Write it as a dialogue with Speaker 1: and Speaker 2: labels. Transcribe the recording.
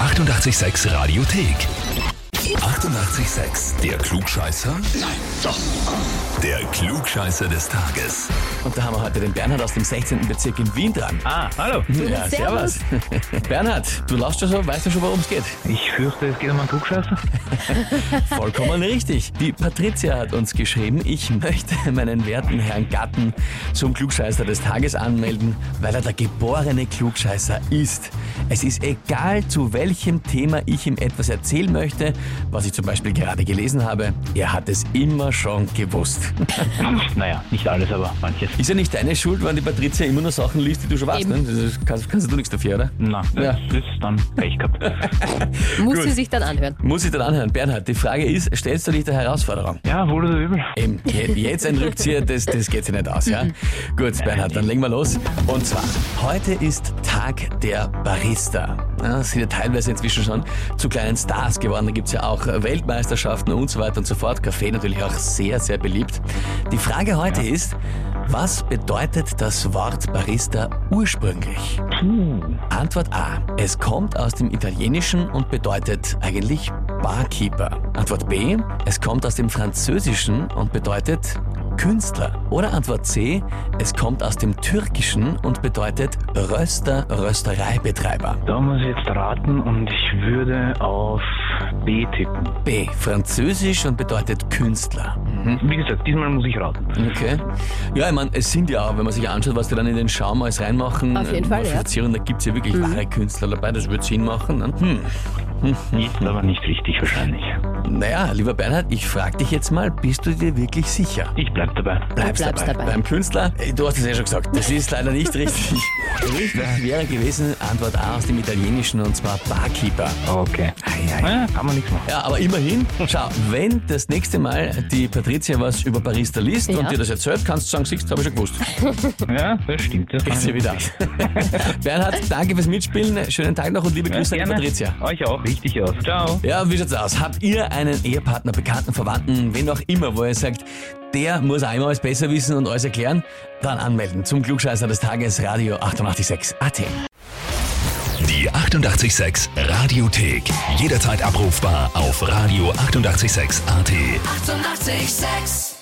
Speaker 1: 886 Radiothek. 88,6. Der Klugscheißer? Nein, doch. Der Klugscheißer des Tages.
Speaker 2: Und da haben wir heute den Bernhard aus dem 16. Bezirk in Wien dran.
Speaker 3: Ah, hallo.
Speaker 2: Ja,
Speaker 4: servus.
Speaker 2: Bernhard, du laufst ja schon, weißt ja schon, worum es geht.
Speaker 3: Ich fürchte, es geht um einen Klugscheißer.
Speaker 2: Vollkommen richtig. Die Patricia hat uns geschrieben, ich möchte meinen werten Herrn Gatten zum Klugscheißer des Tages anmelden, weil er der geborene Klugscheißer ist. Es ist egal, zu welchem Thema ich ihm etwas erzählen möchte, was ich zum Beispiel gerade gelesen habe, er hat es immer schon gewusst.
Speaker 3: Naja, nicht alles, aber manches.
Speaker 2: Ist ja nicht deine Schuld, wenn die Patricia immer nur Sachen liest, die du schon weißt. Ne?
Speaker 4: Eben.
Speaker 2: Das ist- kannst, kannst du nichts dafür, oder?
Speaker 3: Na,
Speaker 2: Ja.
Speaker 3: das ist dann Pech gehabt.
Speaker 4: Muss
Speaker 2: Gut.
Speaker 4: sie sich dann anhören.
Speaker 2: Muss ich dann anhören. Bernhard, die Frage ist, stellst du dich der Herausforderung?
Speaker 3: Ja, wohl oder übel.
Speaker 2: Eben, je- jetzt ein Rückzieher, das, das geht sich nicht aus, ja? Gut, Bernhard, dann legen wir los. Und zwar, heute ist Tag der Barista. Ja, das sind ja teilweise inzwischen schon zu kleinen Stars geworden. Da gibt's ja auch Weltmeisterschaften und so weiter und so fort. Kaffee natürlich auch sehr, sehr beliebt. Die Frage heute ist, was bedeutet das Wort Barista ursprünglich?
Speaker 3: Puh.
Speaker 2: Antwort A. Es kommt aus dem Italienischen und bedeutet eigentlich Barkeeper. Antwort B. Es kommt aus dem Französischen und bedeutet Künstler. Oder Antwort C. Es kommt aus dem Türkischen und bedeutet Röster, Röstereibetreiber.
Speaker 3: Da muss ich jetzt raten und ich würde auf B tippen.
Speaker 2: B. Französisch und bedeutet Künstler.
Speaker 3: Wie gesagt, diesmal muss ich raten.
Speaker 2: Okay. Ja, ich meine, es sind ja auch, wenn man sich anschaut, was die dann in den Schaum alles reinmachen.
Speaker 4: Auf jeden Fall, ja. Mhm.
Speaker 2: Modifizieren, Da gibt's ja wirklich wahre Künstler dabei, das würde Sinn machen. Ne? Hm.
Speaker 3: Ist aber nicht richtig wahrscheinlich.
Speaker 2: Naja, lieber Bernhard, ich frage dich jetzt mal, bist du dir wirklich sicher?
Speaker 3: Ich bleib dabei.
Speaker 2: Bleibst,
Speaker 4: bleibst dabei.
Speaker 2: Beim Künstler, äh, du hast es ja schon gesagt, das ist leider nicht richtig. richtig wäre gewesen, Antwort A aus dem Italienischen und zwar Barkeeper.
Speaker 3: Okay. Ja, kann man nichts machen.
Speaker 2: Ja, aber immerhin, schau, wenn das nächste Mal die Patricia was über Barista liest
Speaker 4: Ja.
Speaker 2: und dir das erzählt, kannst du sagen, siehst du, habe ich schon gewusst.
Speaker 3: Ja, das stimmt. Das
Speaker 2: Geht's dir wieder aus. Bernhard, danke fürs Mitspielen, schönen Tag noch und liebe
Speaker 3: Ja,
Speaker 2: Grüße an die
Speaker 3: gerne.
Speaker 2: Patricia.
Speaker 3: Euch auch. Richtig aus. Ciao.
Speaker 2: Ja, wie schaut's aus? Habt ihr einen Ehepartner, Bekannten, Verwandten, wen auch immer, wo ihr sagt, der muss einmal alles besser wissen und alles erklären? Dann anmelden zum Klugscheißer des Tages Radio 886 AT.
Speaker 1: Die 88,6 Radiothek. Jederzeit abrufbar auf radio886.at. 88,6.
Speaker 5: Eighty-eight, sex.